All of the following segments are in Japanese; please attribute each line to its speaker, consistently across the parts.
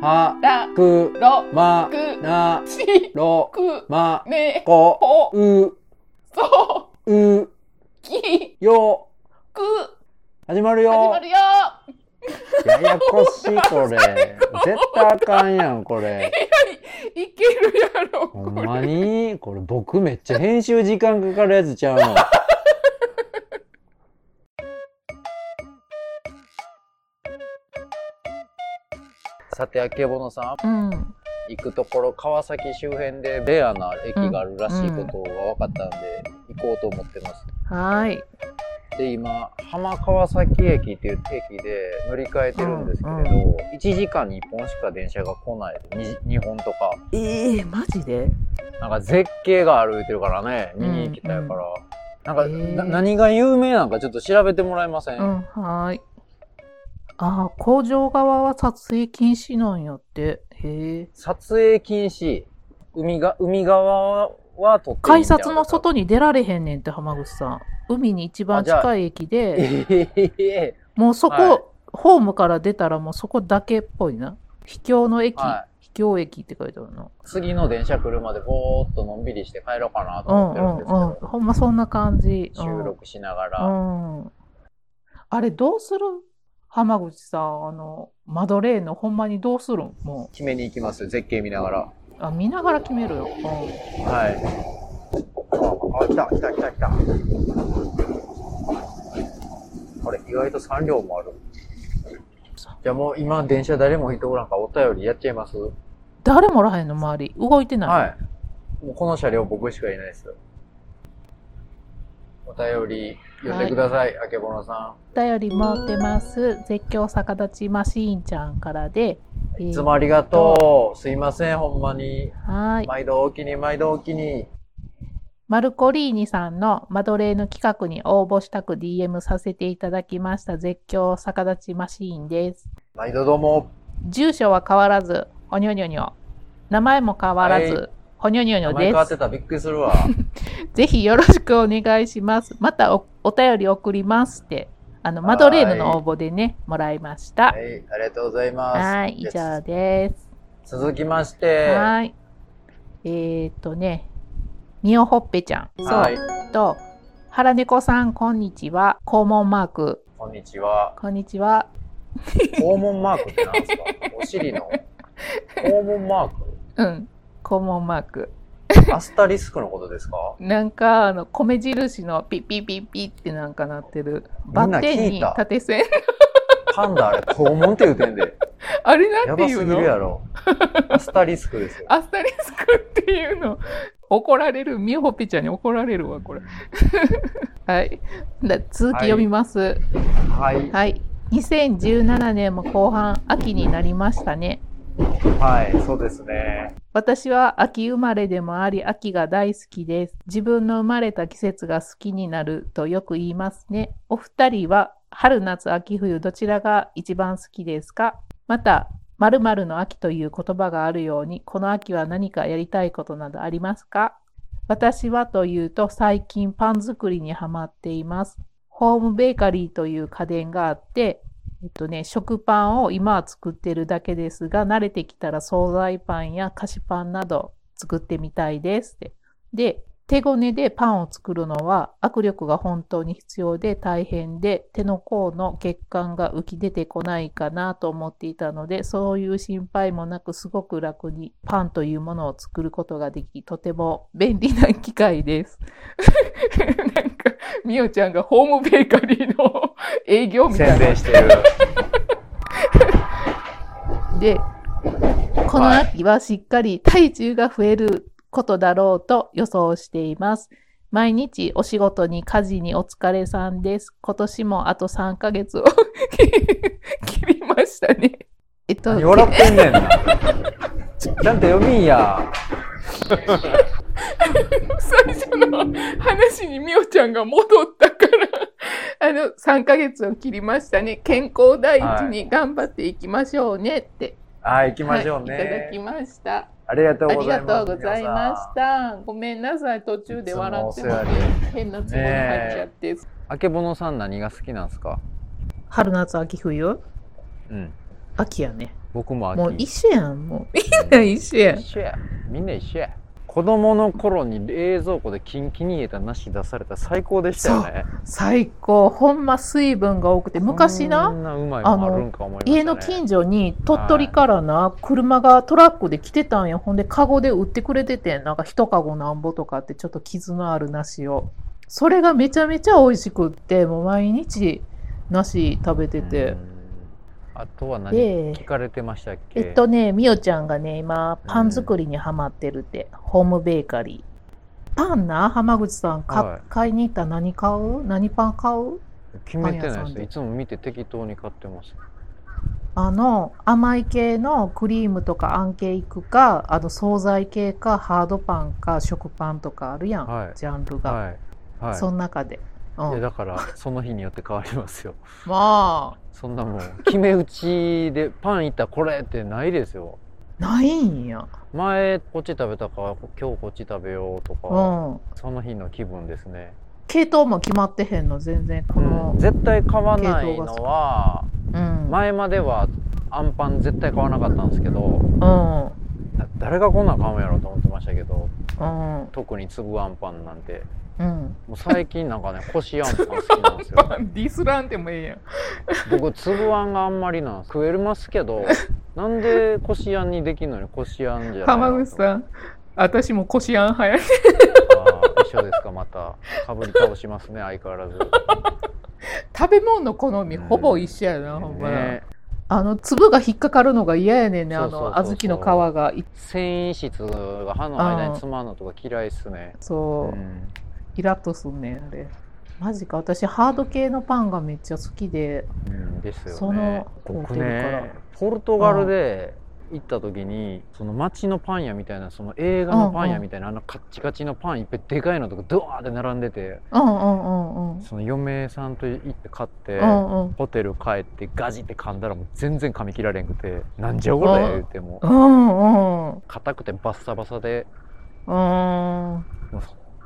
Speaker 1: は、
Speaker 2: ら、
Speaker 1: く、
Speaker 2: ろ、
Speaker 1: ま、
Speaker 2: く、
Speaker 1: な、
Speaker 2: ち、
Speaker 1: ろ、
Speaker 2: く、
Speaker 1: ま、
Speaker 2: め、
Speaker 1: こ、
Speaker 2: ほ、
Speaker 1: う、、
Speaker 2: そうう、き、
Speaker 1: よ、
Speaker 2: く、
Speaker 1: 始まるよ。
Speaker 2: 始まるよ
Speaker 1: ややこしい、これ。絶対あかんやん、これ。
Speaker 2: いけるやろ、
Speaker 1: ほ
Speaker 2: こ
Speaker 1: ん
Speaker 2: れ。
Speaker 1: まにこれ僕めっちゃ編集時間かかるやつちゃうの。さて、あけぼのさ
Speaker 2: うん。
Speaker 1: ん、行くところ、川崎周辺でレアな駅があるらしいことが分かったんで、行こうと思ってます。
Speaker 2: はーい。
Speaker 1: で、今、浜川崎駅っていう駅で乗り換えてるんですけれど、
Speaker 2: うん
Speaker 1: 1時間に1本しか電車が来ない。2, 本とか。
Speaker 2: ええマジで
Speaker 1: なんか絶景が歩いてるからね、見に行きたいから。な
Speaker 2: へ
Speaker 1: ん
Speaker 2: ー
Speaker 1: か、な何が有名なんかちょっと調べてもらえません、
Speaker 2: うん、はーい。ああ、工場側は撮影禁止なんやって。へえ。
Speaker 1: 撮影禁止。海が、海側は撮っていい
Speaker 2: 改
Speaker 1: みたいな
Speaker 2: 札の外に出られへんねんって、浜口さん。海に一番
Speaker 1: あじゃ
Speaker 2: 近い駅で、
Speaker 1: ええ
Speaker 2: もうそこ、
Speaker 1: はい
Speaker 2: ホームから出たらもうそこだけっぽいな。秘境の駅、
Speaker 1: は
Speaker 2: 秘境駅って書いてあるの。
Speaker 1: 次の電車来るまでぼーっとのんびりして帰ろうかなと
Speaker 2: う
Speaker 1: 思
Speaker 2: ん
Speaker 1: っ
Speaker 2: う
Speaker 1: てるん
Speaker 2: ん
Speaker 1: で
Speaker 2: うん。ほんまそんな感じ。
Speaker 1: すけど、収録しなが
Speaker 2: う
Speaker 1: ら。
Speaker 2: ん。うん。あれどうする浜口さん、あの、マドレーヌほんまにどうするんも
Speaker 1: 決めに行きますよ、絶景見ながら。
Speaker 2: う、あ、見ながら決めるよ。うん。
Speaker 1: はい。あ、来た、来た、来た、来た。あれ、意外と3両もある。じゃあもう今、電車誰も人おらんからお便りやっちゃいます
Speaker 2: 誰もおらへんの周り動いてない、
Speaker 1: はい。もうこの車両僕しかいないですよ。お便り読んでください、あけぼのさ
Speaker 2: お便り待ってます絶叫逆立ちマシーンちゃんからで、え
Speaker 1: ん。
Speaker 2: ー
Speaker 1: いつもありがとう。すいません、ほんまに。
Speaker 2: はーい
Speaker 1: 毎度お気に、毎度お気に。
Speaker 2: マルコリーニさんのマドレーヌ企画に応募したく DM させていただきました絶叫逆立ちマシーンです
Speaker 1: 毎度どうも。
Speaker 2: 住所は変わらずおにょにょにょ名前も変わらず、
Speaker 1: はい
Speaker 2: ほにょにょに
Speaker 1: 名
Speaker 2: ょ
Speaker 1: 前
Speaker 2: で
Speaker 1: 変わっ
Speaker 2: す
Speaker 1: てた、びっくりす るわ。
Speaker 2: ぜひよろしくお願いしますまたおお便り送りますってあのマドレーヌの応募でねもらいました
Speaker 1: はい、ありがとうございます。
Speaker 2: はい以上です
Speaker 1: 続きまして、
Speaker 2: はい。えーっとね、みおほっぺちゃん。そう。
Speaker 1: はい
Speaker 2: と、原猫さん、こんにちは。肛門マーク。
Speaker 1: こんにちは。
Speaker 2: こんにちは。
Speaker 1: 肛門マークって何ですかお尻の肛門マーク
Speaker 2: うん。肛門マーク。
Speaker 1: アスタリスクのことですか
Speaker 2: なんか、あの、米印のピッピッピッピッってなんかなってる。
Speaker 1: み
Speaker 2: バ
Speaker 1: んな
Speaker 2: ッテン
Speaker 1: 聞い
Speaker 2: に
Speaker 1: た
Speaker 2: 縦線。
Speaker 1: パンダあれ肛門って言うてんで。
Speaker 2: あれな
Speaker 1: や
Speaker 2: んて
Speaker 1: ば
Speaker 2: い
Speaker 1: す
Speaker 2: う
Speaker 1: ぎるや
Speaker 2: の
Speaker 1: ろ。アスタリスクですよ。
Speaker 2: アスタリスクっていうの。怒られる。みおほっぺちゃんに怒られるわ、これ。 はい。だ続き読みます。
Speaker 1: はい。
Speaker 2: はい。2017年も後半、秋になりましたね。
Speaker 1: はい、そうですね。
Speaker 2: 私は秋生まれでもあり、秋が大好きです。自分の生まれた季節が好きになるとよく言いますね。お二人は春、夏、秋、冬、どちらが一番好きですかまた、〇〇の秋という言葉があるように、この秋は何かやりたいことなどありますか私はというと、最近パン作りにハマっています。ホームベーカリーという家電があって、えっとね、食パンを今は作ってるだけですが、慣れてきたら惣菜パンや菓子パンなど作ってみたいですって。で、手ごねでパンを作るのは握力が本当に必要で大変で、手の甲の血管が浮き出てこないかなと思っていたので、そういう心配もなくすごく楽にパンというものを作ることができ、とても便利な機会です。 なんか、みおちゃんがホームベーカリーの営業みたいな
Speaker 1: 宣。伝して る。
Speaker 2: で、この秋はしっかり体重が増えることだろうと予想しています。毎日お仕事に家事にお疲れさんです。今年もあと3ヶ月を切りましたね。えっと、
Speaker 1: 何笑ってんねんな。ちゃんと読みんや。
Speaker 2: 最初の話にみおちゃんが戻ったから、あの、3ヶ月を切りましたね。健康第一に頑張っていきましょうねって、
Speaker 1: はい、行きましょう
Speaker 2: はい、いただき
Speaker 1: ね。
Speaker 2: ました。
Speaker 1: ありがとう
Speaker 2: あ
Speaker 1: ご
Speaker 2: り
Speaker 1: ざ
Speaker 2: が
Speaker 1: います。
Speaker 2: とうございました。ごめんなさい、途中で笑ってもらって
Speaker 1: いつもお世話
Speaker 2: 変なツボに入っちゃって。
Speaker 1: 皆さん。あけぼのさん何が好きなんですか
Speaker 2: 春夏秋冬
Speaker 1: うん。
Speaker 2: 秋やね。
Speaker 1: 僕も秋
Speaker 2: もう一緒やん、もう。みんな一緒やん。
Speaker 1: 緒やみんな一緒や子供の頃に冷蔵庫でキンキンに冷えた梨出されたら最高でしたよね
Speaker 2: 最高。ほんま水分が多くて。昔
Speaker 1: こ
Speaker 2: なん
Speaker 1: なうまいもんあるんか思いました、ね、
Speaker 2: 家の近所に鳥取からな、車がトラックで来てたんや。ほんで、カゴで売ってくれててん。なんか一カゴなんぼとかって、ちょっと傷のある梨を。それがめちゃめちゃ美味しくって、もう毎日梨食べて
Speaker 1: う
Speaker 2: て
Speaker 1: ん。あとは何
Speaker 2: で
Speaker 1: 聞かれてましたっけ
Speaker 2: えっとね、みおちゃんがね、今、パン作りにハマってるって、ホームベーカリー。パンな、浜口さん、か
Speaker 1: はい
Speaker 2: 買いに行ったら何買う何パン買う
Speaker 1: 決めて
Speaker 2: パ
Speaker 1: ない
Speaker 2: ン屋
Speaker 1: で
Speaker 2: さん
Speaker 1: す
Speaker 2: で
Speaker 1: いつも見て適当に買ってます
Speaker 2: あの、甘い系のクリームとかあんケーキか、あの、惣菜系か、ハードパンか、食パンとかあるやん、
Speaker 1: はい
Speaker 2: ジャンルが。
Speaker 1: はいはい
Speaker 2: その中で。う
Speaker 1: いや
Speaker 2: ん、
Speaker 1: だからその日によって変わりますよ
Speaker 2: まあ、
Speaker 1: そんなもう決め打ちでパンいったこれってないですよ
Speaker 2: ないんや。
Speaker 1: 前こっち食べたから今日こっち食べようと
Speaker 2: う
Speaker 1: か、
Speaker 2: ん。
Speaker 1: その日の気分ですね、
Speaker 2: 系統も決まってへんの、全然。この
Speaker 1: うん、、絶対買わないのは
Speaker 2: うん。
Speaker 1: 前まではアンパン絶対買わなかったんですけど
Speaker 2: うん。
Speaker 1: な誰がこんなん買うんやろと思ってましたけど
Speaker 2: うん。
Speaker 1: 特に粒あんパンなんて
Speaker 2: うん。
Speaker 1: もう最近なんか ねこしあんパン好きなんですよ
Speaker 2: ディスらんでもええやん。
Speaker 1: 僕粒あんがあんまりなんです食えますけどなんでこしあんにできるのにこしあんじゃない
Speaker 2: 浜
Speaker 1: の
Speaker 2: 口さん、私もこしあん早
Speaker 1: あ
Speaker 2: い。
Speaker 1: ー一緒ですかまたかぶり倒しますね相変わらず
Speaker 2: 食べ物の好み
Speaker 1: うん
Speaker 2: ほぼ一緒やな、ほんまな
Speaker 1: ね
Speaker 2: あの、粒が引っかかるのが嫌やねんね、あ
Speaker 1: そうそう
Speaker 2: の、
Speaker 1: そうそう
Speaker 2: 小豆の皮が。い
Speaker 1: 繊維質が歯の間に詰まるのとか嫌いっすね
Speaker 2: そうう、
Speaker 1: ん
Speaker 2: イラッとすんねん、あれ。マジか、私、ハード系のパンがめっちゃ好きで、
Speaker 1: うんですよね
Speaker 2: その
Speaker 1: 僕
Speaker 2: ホテルから
Speaker 1: ねポルトガルで行った時にその街のパン屋みたいなその映画のパン屋みたいなあのカッチカチのパンいっぱいでかいのとかドワーって並んでて
Speaker 2: うんうんうんうん。
Speaker 1: その嫁さんと行って買って
Speaker 2: うんうん。
Speaker 1: ホテル帰ってガジって噛んだらもう全然噛み切られんくてなんじゃこれ
Speaker 2: うん
Speaker 1: 言うても
Speaker 2: うんうん。う
Speaker 1: 硬くてバッサバサで
Speaker 2: ーん。
Speaker 1: もう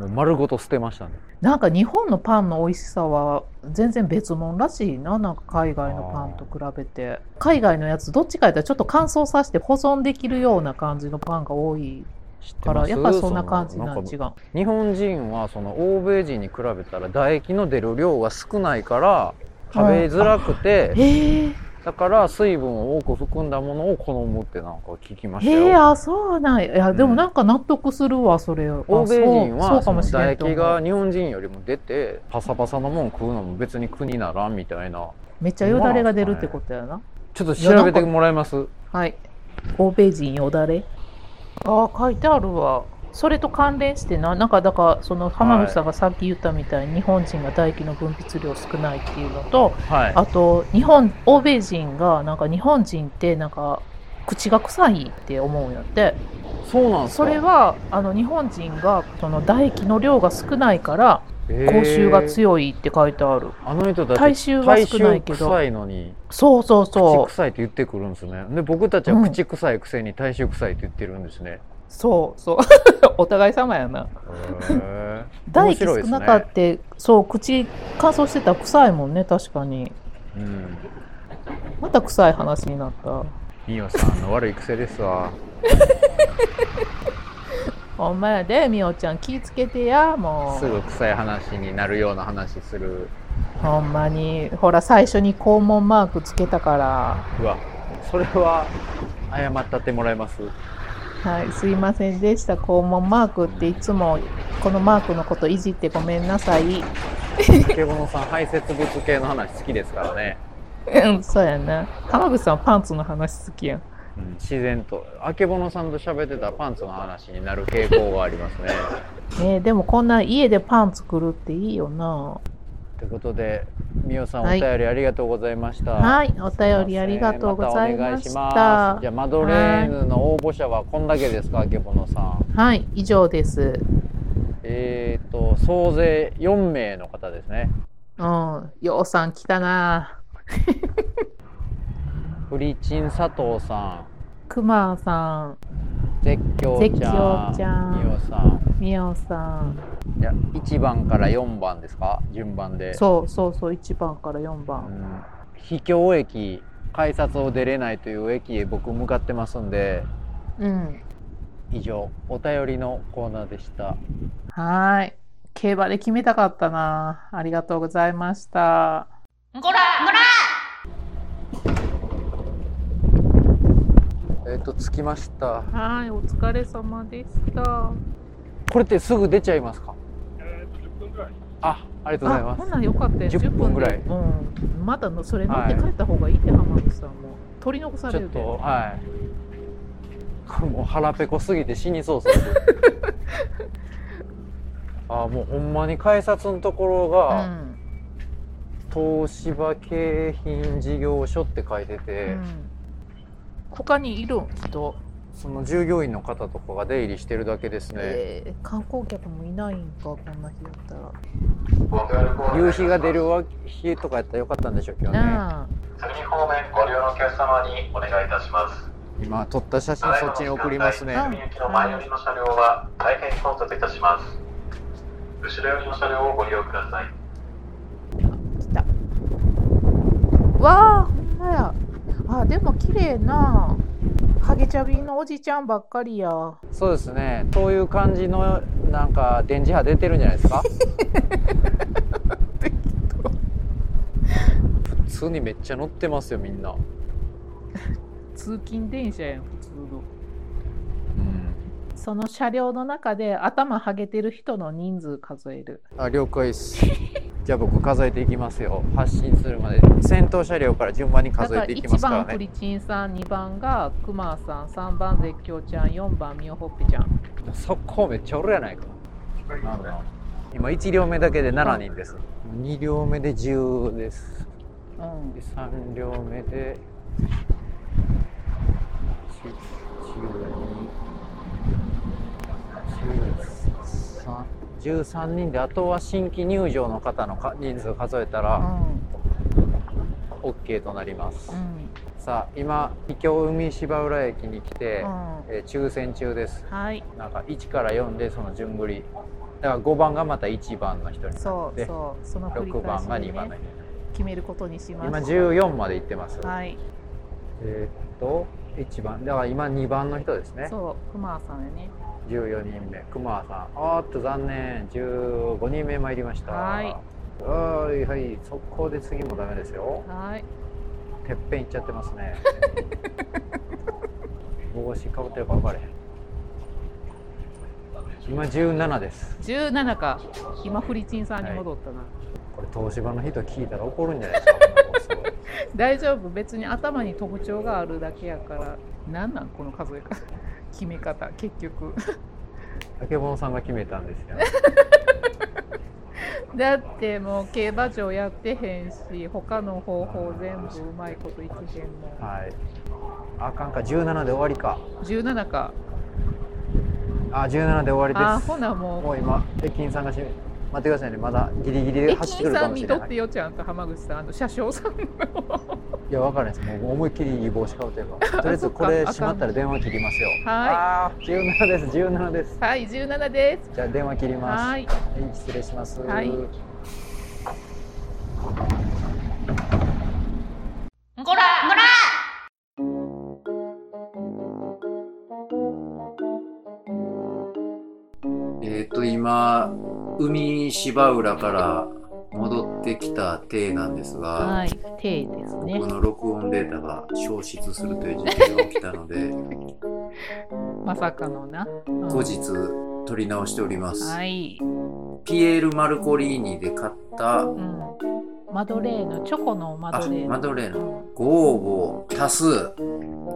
Speaker 1: もう丸ごと捨てましたね
Speaker 2: なんか日本のパンの美味しさは全然別物らしいな、なんか海外のパンと比べて。海外のやつ、どっちかやったらちょっと乾燥させて保存できるような感じのパンが多い
Speaker 1: 知っ
Speaker 2: か
Speaker 1: てま
Speaker 2: ら、
Speaker 1: す
Speaker 2: やっぱりそんな感じ
Speaker 1: その
Speaker 2: なん
Speaker 1: か
Speaker 2: 違う。
Speaker 1: 日本人はその欧米人に比べたら唾液の出る量が少ないから食べづらくて、
Speaker 2: へえ、
Speaker 1: だから水分を多く含んだものを好むってなんか聞きました
Speaker 2: へえ、
Speaker 1: よ。
Speaker 2: あ、そうなんや。いや、でもなんか納得するわ、それ。あ
Speaker 1: 欧米人
Speaker 2: そうそ
Speaker 1: は
Speaker 2: うか
Speaker 1: そ
Speaker 2: も
Speaker 1: の
Speaker 2: しれ
Speaker 1: 唾
Speaker 2: んと
Speaker 1: 液
Speaker 2: 思
Speaker 1: が
Speaker 2: う。
Speaker 1: 日本人よりも出てパサパサのもん食うのも別に苦にならんみたいな
Speaker 2: めっちゃよだれが出るってことやな。
Speaker 1: ちょっと調べてもらえます
Speaker 2: はい。欧米人よだれ。ああ、書いてあるわ。それと関連してな、なんかだから、その浜口さんがさっき言ったみたいに、日本人が唾液の分泌量少ないっていうのと、
Speaker 1: はい
Speaker 2: あと、日本、欧米人が、なんか日本人って、なんか、口が臭いって思うんやって。
Speaker 1: そうなんですか
Speaker 2: それは、あの、日本人が、その唾液の量が少ないから、口臭が
Speaker 1: い
Speaker 2: 強いって書いてある。
Speaker 1: あの人たち
Speaker 2: 体臭は少ないけ
Speaker 1: 体臭臭
Speaker 2: ど。
Speaker 1: いのに
Speaker 2: そうそう
Speaker 1: 口
Speaker 2: そう。
Speaker 1: 臭いって言ってくるんですねで僕たちは口臭いくせに体臭臭いって言ってるんですね、
Speaker 2: そう そう。お互い様やな。
Speaker 1: へー
Speaker 2: 唾液少なかっ、て、そう口乾燥してたら臭いもんね確かに
Speaker 1: 面白いですね
Speaker 2: また臭い話になった
Speaker 1: うん、ミオさんの悪い癖ですわ
Speaker 2: お前でみおちゃん気ぃつけてやも
Speaker 1: す
Speaker 2: う
Speaker 1: ぐ臭い話になるような話する
Speaker 2: ほんまにほら最初に肛門マークつけたから
Speaker 1: うわそれは謝ったってもらえます
Speaker 2: はいすいませんでした肛門マークっていつもこのマークのこといじってごめんなさい
Speaker 1: 獣さん排泄物系の話好きですからね、
Speaker 2: うんそうやな浜口さんパンツの話好きやん
Speaker 1: うん、自然とあけぼのさんと喋ってたらパンツの話になる傾向がありますね
Speaker 2: ねえでもこんな家でパン作るっていいよな
Speaker 1: ということでミオさんお
Speaker 2: は
Speaker 1: 便
Speaker 2: い
Speaker 1: りありがとうございました、
Speaker 2: はいお便りありがとうございまし
Speaker 1: まお願いしま
Speaker 2: た
Speaker 1: すじゃあマドレーヌの応募者はこんだけですか、あけぼのさん。
Speaker 2: はい以上です
Speaker 1: えっ、と総勢4名の方ですね。
Speaker 2: うん、ようさん来たな。
Speaker 1: フリチン佐藤さ
Speaker 2: くまさ
Speaker 1: ん、絶叫ちゃん、
Speaker 2: 絶叫ちゃん
Speaker 1: みおさん。
Speaker 2: ん、みおさん。
Speaker 1: いや1番から4番ですか順番で。
Speaker 2: そうそうそう、1番から4
Speaker 1: う
Speaker 2: 番。
Speaker 1: ん。秘境駅改札を出れないという駅へ僕向かってますんで
Speaker 2: うん。
Speaker 1: 以上お便りのコーナーでした
Speaker 2: はーい。競馬で決めたかったな。ありがとうございました。
Speaker 3: こらこら
Speaker 1: えっ、と着きました
Speaker 2: はい、お疲れ様でした。
Speaker 1: これってすぐ出ちゃいますか
Speaker 4: えーと、10分ぐらい。
Speaker 1: あありがとうござい
Speaker 2: あ、
Speaker 1: ます
Speaker 2: ほんならよかったよ。
Speaker 1: 10分ぐらい
Speaker 2: でうん。まだのそれ乗って
Speaker 1: はい
Speaker 2: 帰った方がいいって浜口さんも。取り残さ
Speaker 1: ち
Speaker 2: れ
Speaker 1: ょっ
Speaker 2: る
Speaker 1: と
Speaker 2: で。
Speaker 1: はいこれもう腹ペコすぎて死にそう っすあもうほんまに改札のところ
Speaker 2: う
Speaker 1: が、
Speaker 2: ん。
Speaker 1: 東芝景品事業所って書いて
Speaker 2: う
Speaker 1: て、
Speaker 2: ん。他にいるん人。
Speaker 1: その従業員の方とかが出入りしてるだけですね、
Speaker 2: えー観光客もいないんか、こんな日だったら。
Speaker 1: 夕日が出るわ日とかやったらよかったんでしょう今日ね
Speaker 2: なあ。
Speaker 5: 鶴見方面ご利用のお客様にお願いいたします。
Speaker 1: 今撮った写真そっちに送りますね
Speaker 2: あ
Speaker 5: 鶴見行きの前寄りの車両は大変混雑いたします。後ろ寄りの車両をご利用ください。
Speaker 2: 来た。わあ、ほんまや。あ、でも綺麗な。影茶瓶のおじちゃんばっかりや。
Speaker 1: そうですねそういう感じのなんか電磁波出てるんじゃないです か普通にめっちゃ乗ってますよみんな、
Speaker 2: 通勤電車やん、普通の。その車両の中で頭はげてる人の人数数える。
Speaker 1: あ了解です じゃあ僕数えていきますよ発信するまで先頭車両から順番に
Speaker 2: だ
Speaker 1: 数
Speaker 2: から
Speaker 1: えていきま
Speaker 2: 1
Speaker 1: すか
Speaker 2: 番
Speaker 1: ら
Speaker 2: プ
Speaker 1: ね
Speaker 2: リチンさん、2番がクマさん、3番絶叫ちゃん、4番ミオホッペちゃん。
Speaker 1: そこめっちゃおるやないか
Speaker 4: 近いですね。
Speaker 1: 今1両目だけで7人です2両目で10です
Speaker 2: うん。
Speaker 1: で3両目で10 12 13 13人であとは新規入場の方のか人数数えた
Speaker 2: う
Speaker 1: ら
Speaker 2: ん。
Speaker 1: OK となります、
Speaker 2: うん。
Speaker 1: さあ今秘境海芝浦駅に来て、
Speaker 2: うん。
Speaker 1: えー抽選中です
Speaker 2: はい。
Speaker 1: なんか1から4でその順繰りだから5番がまた1番の人に
Speaker 2: そう
Speaker 1: で
Speaker 2: そう。その繰り
Speaker 1: 6
Speaker 2: 返
Speaker 1: 番
Speaker 2: し
Speaker 1: が
Speaker 2: で
Speaker 1: 2番の
Speaker 2: ね、
Speaker 1: 人
Speaker 2: 決めることにしま
Speaker 1: 今
Speaker 2: し
Speaker 1: 14まで行ってます、
Speaker 2: た。はい。
Speaker 1: えーっと1番だから今2番の人ですね
Speaker 2: そう、クマさんやね。
Speaker 1: 14人目熊さんあーっと残念15人目参りました
Speaker 2: はい
Speaker 1: はーいはい速攻で次もダメですよ
Speaker 2: はい。
Speaker 1: てっぺん行っちゃってます ね帽子かぶってるか分かれへん今17です
Speaker 2: 17か。今、フリチンさんに戻ったな。
Speaker 1: これ東芝の人聞いたら怒るんじゃ ないですか
Speaker 2: 大丈夫別に頭に特徴があるだけやから何なんこの数え方決め方結局
Speaker 1: 竹本さんが決めたんですよ
Speaker 2: だってもう競馬場やってへんし他の方法全部うまいこといってへんもん
Speaker 1: はいあかんか17で終わりか
Speaker 2: 17か
Speaker 1: あ17で終わりです
Speaker 2: あほなも
Speaker 1: もう今、駅員さんがしめ、待ってくださいね、まだギリギリ
Speaker 2: う
Speaker 1: で
Speaker 2: 駅
Speaker 1: 走ってく
Speaker 2: 員
Speaker 1: るか
Speaker 2: さ
Speaker 1: も
Speaker 2: ん
Speaker 1: し
Speaker 2: 見
Speaker 1: れ
Speaker 2: と
Speaker 1: な
Speaker 2: っ
Speaker 1: い。
Speaker 2: てよちゃんと浜口さんあの車掌さんの
Speaker 1: いや、わからないです。もう思いっきりいい帽子かぶってるから。とりあえ
Speaker 2: そ
Speaker 1: ず
Speaker 2: っか
Speaker 1: これ閉まったら電話切りますよ。
Speaker 2: は
Speaker 1: あー17です、17です。
Speaker 2: いはい17です
Speaker 1: じゃあ電話切ります。
Speaker 2: は
Speaker 1: はいい失礼します。
Speaker 2: はい
Speaker 3: こらこら
Speaker 6: えっ、と今海芝浦から戻ってきた体なんですが、
Speaker 2: はい手ですね
Speaker 6: 僕の録音データが消失するという事件が起きたので
Speaker 2: まさかのな、うん
Speaker 6: 後日取り直しております、
Speaker 2: はい、
Speaker 6: ピエール・マルコリーニで買った
Speaker 2: うん、マドレーヌチョコのマド
Speaker 6: あ
Speaker 2: レーヌ
Speaker 6: マドレーヌ
Speaker 2: うん
Speaker 6: ご応募多数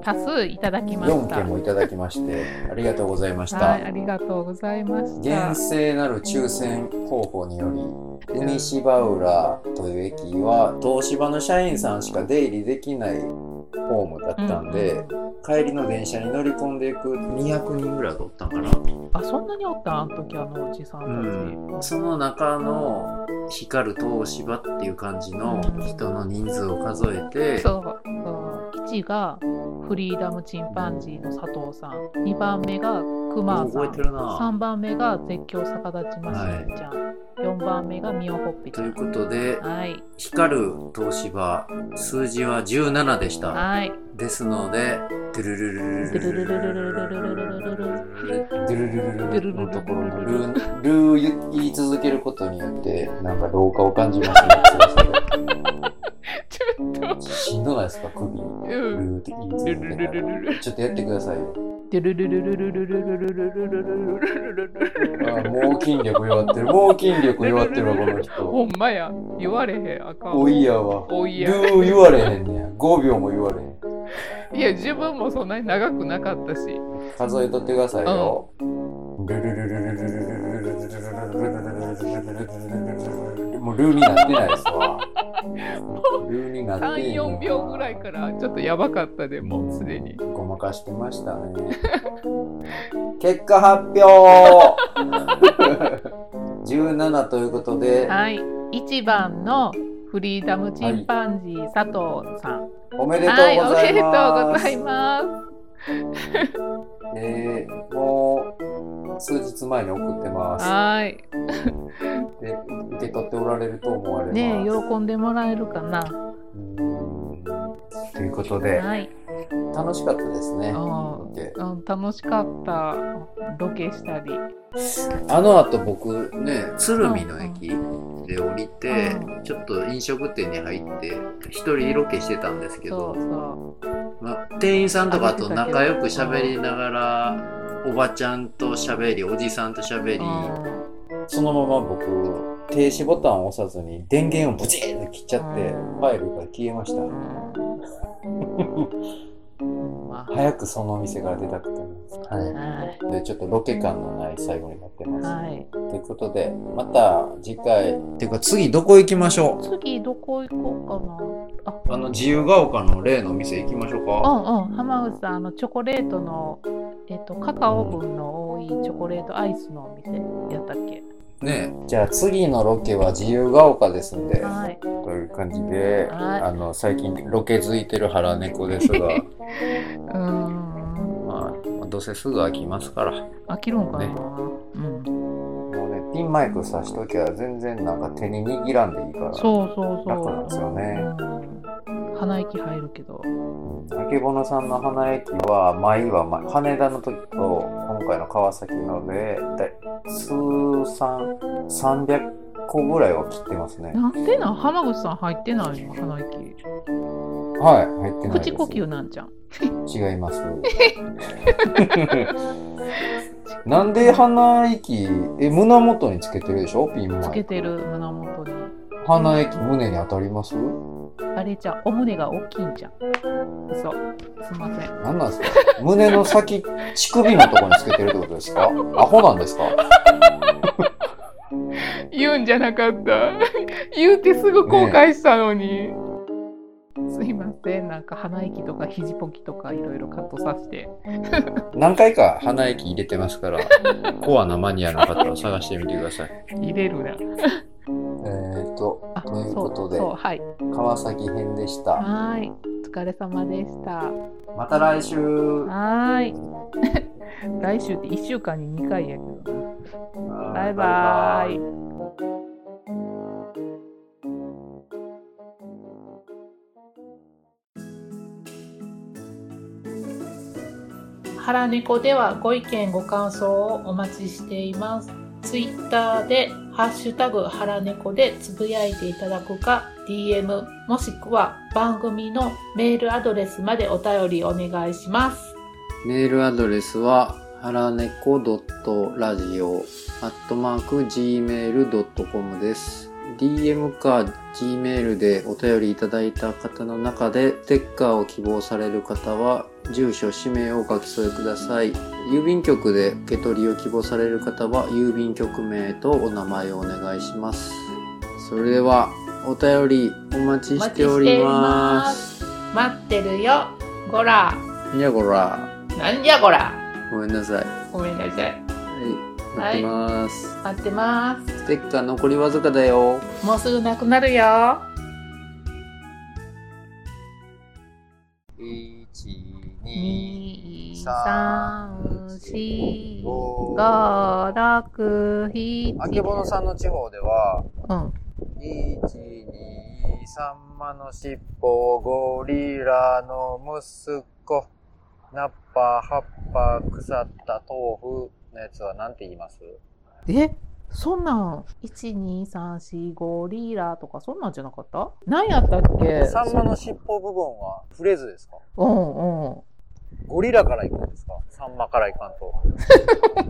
Speaker 2: 多数いただきまし
Speaker 6: 4
Speaker 2: た。
Speaker 6: 件もいただきましてありがとうございました、
Speaker 2: はい、ありがとうございました
Speaker 6: 厳。正なる抽選方法により海芝浦という駅は東芝の社員さんしか出入りできないホームだったんで、
Speaker 2: う
Speaker 6: 帰りの電車に乗り込んでいく200人ぐらいおったんかな、
Speaker 2: あ、そんなにおったんあの時あのおじさんたち。
Speaker 6: その中の光る東芝っていう感じの人の人数を数えて、
Speaker 2: そう、そう。1がフリーダムチンパンジーの佐藤さん2番目がクマさ
Speaker 1: 覚えてるなん
Speaker 2: 3番目が絶叫逆立ちマシンちゃん、4番目がミオホッピち
Speaker 1: と
Speaker 2: ゃ
Speaker 1: い
Speaker 2: ん
Speaker 1: うことで、
Speaker 2: はい
Speaker 1: 光る東芝、数字は17でした。
Speaker 2: はい
Speaker 1: ですので、ドゥルルルルルルルルルルルルルルルルルルのところのルー、ルー言い続けることによって、なんか老化を感じますね。
Speaker 2: ちょっと
Speaker 1: しんどないですか、首。ル
Speaker 2: う
Speaker 1: ー
Speaker 2: ん
Speaker 1: って言い続け
Speaker 2: ルルル
Speaker 1: る。
Speaker 2: ルル
Speaker 1: ちょっとやってくださいよ。
Speaker 2: ドゥルルルルルルルルルルルルルルルル
Speaker 1: あもう筋力弱ってる。もう筋力弱ってるわ、この
Speaker 2: ほ
Speaker 1: 人。
Speaker 2: んまや言われへんあかん
Speaker 1: おいやわ。
Speaker 2: おいや
Speaker 1: ルー言われへんねや。5秒も言われへん。
Speaker 2: いや自分もそんなに長くなかったし
Speaker 1: 数えとってくださいよ。もうルーになってないですわ。ルーになって
Speaker 2: 3、4秒ぐらいからちょっとやばかったでもうすでに。
Speaker 1: ごまかしてましたね。結果発表 !17 ということで、
Speaker 2: はい、1番のフリーダムチンパンジー佐藤さん。
Speaker 1: おめでとうご
Speaker 2: はい、お
Speaker 1: ざ
Speaker 2: め
Speaker 1: い
Speaker 2: でとうご
Speaker 1: ま
Speaker 2: ざ
Speaker 1: す
Speaker 2: い。ます。
Speaker 1: えーもう数日前に送ってます。
Speaker 2: はい、
Speaker 1: で受け取っておられると思われます。
Speaker 2: ねえ、喜んでもらえるかな。
Speaker 1: うーんということで、
Speaker 2: はい、
Speaker 1: 楽しかったですね。
Speaker 2: うん
Speaker 1: で
Speaker 2: うん、楽しかった。ロケしたり。
Speaker 1: あの後僕ね、鶴見の駅で降りて、
Speaker 2: う
Speaker 1: ちょっと飲食店に入って、一人ロケしてたんですけ
Speaker 2: そ
Speaker 1: ど、
Speaker 2: うそ
Speaker 1: まあ、店員さんとかと仲良く喋りながら、おばちゃんと喋り、おじさんと喋
Speaker 2: う。うん
Speaker 1: そのまま僕、停止ボタンを押さずに電源をブチーって切っちゃって、
Speaker 2: うん
Speaker 1: ファイルが消えました。
Speaker 2: うんま
Speaker 1: 早くそのお店から出たくてます。
Speaker 2: あ
Speaker 1: は
Speaker 2: はい
Speaker 1: い。で、ちょっとロケ感のない最後になってます。
Speaker 2: はい、
Speaker 1: ということで、また次回。ていうか次どこ行きましょ
Speaker 2: 次どこ行こうかな。あ
Speaker 1: うあの自由が丘の例のお店行きましょう
Speaker 2: う
Speaker 1: か。
Speaker 2: んうん、浜口さん、あのチョコレートの、えっと、カカオ分の多いチョコレートアイスのお店やったっけ。
Speaker 1: ねえじゃあ次のロケは自由が丘ですんで。
Speaker 2: はい、
Speaker 1: という感じで、
Speaker 2: はい
Speaker 1: あの最近ロケづいてる腹猫ですが、
Speaker 2: うーん、
Speaker 1: まあ、どうせすぐ飽きますから。も
Speaker 2: 飽きるんかな。
Speaker 1: ね
Speaker 2: うん、
Speaker 1: うね、ピンマイクさしときゃ全然なんか手に握らんでいいから。
Speaker 2: そうそうそう。
Speaker 1: 楽なんですよね
Speaker 2: うん鼻息入るけど。
Speaker 1: あけぼのさんの花駅は、前は前、羽田の時と、今回の川崎ので、だい通算300個ぐらいは切ってますね。
Speaker 2: なんでなん、浜口さん入ってないの、鼻息。
Speaker 1: はい、入ってないです。
Speaker 2: 口呼吸なんじゃん。
Speaker 1: 吸違い ます。なんで鼻息、え、胸元につけてるでしょピンマイ
Speaker 2: つ
Speaker 1: ク
Speaker 2: けてる胸元に。
Speaker 1: 鼻息、胸に当たります
Speaker 2: あれじゃん、お胸が大きいんじゃん。嘘、すみません。
Speaker 1: なんなんですか胸の先、乳首のところにつけてるってことですかアホなんですか
Speaker 2: 言うんじゃなかった。 言うてすぐ
Speaker 1: 後悔
Speaker 2: したのに。すいません、なんか鼻息とか肘ポキとかいろいろカットさせて。
Speaker 1: 何回か鼻息入れてますから、コアなマニアの方を探してみてください。
Speaker 2: 入れるな。
Speaker 1: えー、と、
Speaker 2: あ、
Speaker 1: という
Speaker 2: そ
Speaker 1: ことで
Speaker 2: そう、はい。
Speaker 1: 川崎編でした。
Speaker 2: はーい。お疲れ様でした。
Speaker 1: また来週バ
Speaker 2: はーい。 来週って1週間に2回やけどな。バイバーイ。ハラネコではご意見ご感想をお待ちしています。ツイッターでハッシュタグハラネコでつぶやいていただくか DM もしくは番組のメールアドレスまでお便りお願いします。
Speaker 1: メールアドレスは、はらねこ .radio アットマーク gmail.com です。DM か Gmail でお便りいただいた方の中で、ステッカーを希望される方は、住所、氏名をお書き添えください。郵便局で受け取りを希望される方は、郵便局名とお名前をお願いします。それでは、お便りお待ちしております。
Speaker 2: 待ってるよ。ごら。
Speaker 1: にゃごら、
Speaker 2: なんじゃこら。
Speaker 1: ごめんなさい。
Speaker 2: ごめんなさい。
Speaker 1: はい、待ってます。
Speaker 2: 待ってま
Speaker 1: ステッカー残りわずかだよ。
Speaker 2: す。もうすぐなくなるよ。
Speaker 1: 1、2、
Speaker 2: 二、
Speaker 1: 三
Speaker 2: 三、四、
Speaker 1: 五
Speaker 2: 五、六、七。
Speaker 1: あけぼのさんの地方では、
Speaker 2: うん。
Speaker 1: 1、2、3マの尻尾、ゴリラの息子、ナッパ、葉っぱ、腐った豆腐のやつは何て言います
Speaker 2: えそんなん、1、2、3、4、5、リーラーとか、そんなんじゃなかった何やったっけ
Speaker 1: サンマの尻尾部分はフレーズですか
Speaker 2: うんうん。
Speaker 1: ゴリラから行くんですかサンマから行かん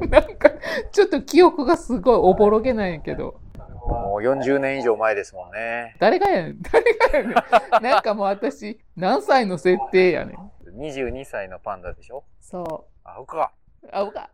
Speaker 1: と。
Speaker 2: なんか、ちょっと記憶がすごいおぼろげなんやけど。
Speaker 1: もう40年以上前ですもんね。
Speaker 2: 誰がやねん誰がやねんなんかもう私、何歳の設定やねん。
Speaker 1: 22歳のパンダでしょ
Speaker 2: そ
Speaker 1: 合うか。
Speaker 2: う。あ、うか。